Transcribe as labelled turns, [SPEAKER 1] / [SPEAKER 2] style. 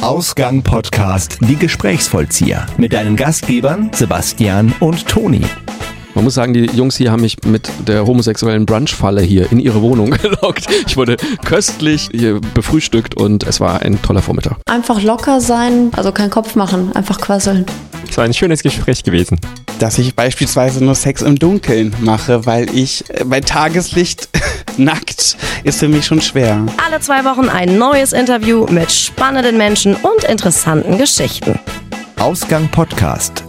[SPEAKER 1] Ausgang Podcast Die Gesprächsvollzieher mit deinen Gastgebern Sebastian und Toni.
[SPEAKER 2] Man muss sagen, die Jungs hier haben mich mit der homosexuellen Brunch-Falle hier in ihre Wohnung gelockt. Ich wurde köstlich hier befrühstückt und es war ein toller Vormittag.
[SPEAKER 3] Einfach locker sein, also keinen Kopf machen, einfach quasseln.
[SPEAKER 4] Es war ein schönes Gespräch gewesen.
[SPEAKER 5] Dass ich beispielsweise nur Sex im Dunkeln mache, weil ich äh, bei Tageslicht nackt ist für mich schon schwer.
[SPEAKER 6] Alle zwei Wochen ein neues Interview mit spannenden Menschen und interessanten Geschichten.
[SPEAKER 1] Ausgang Podcast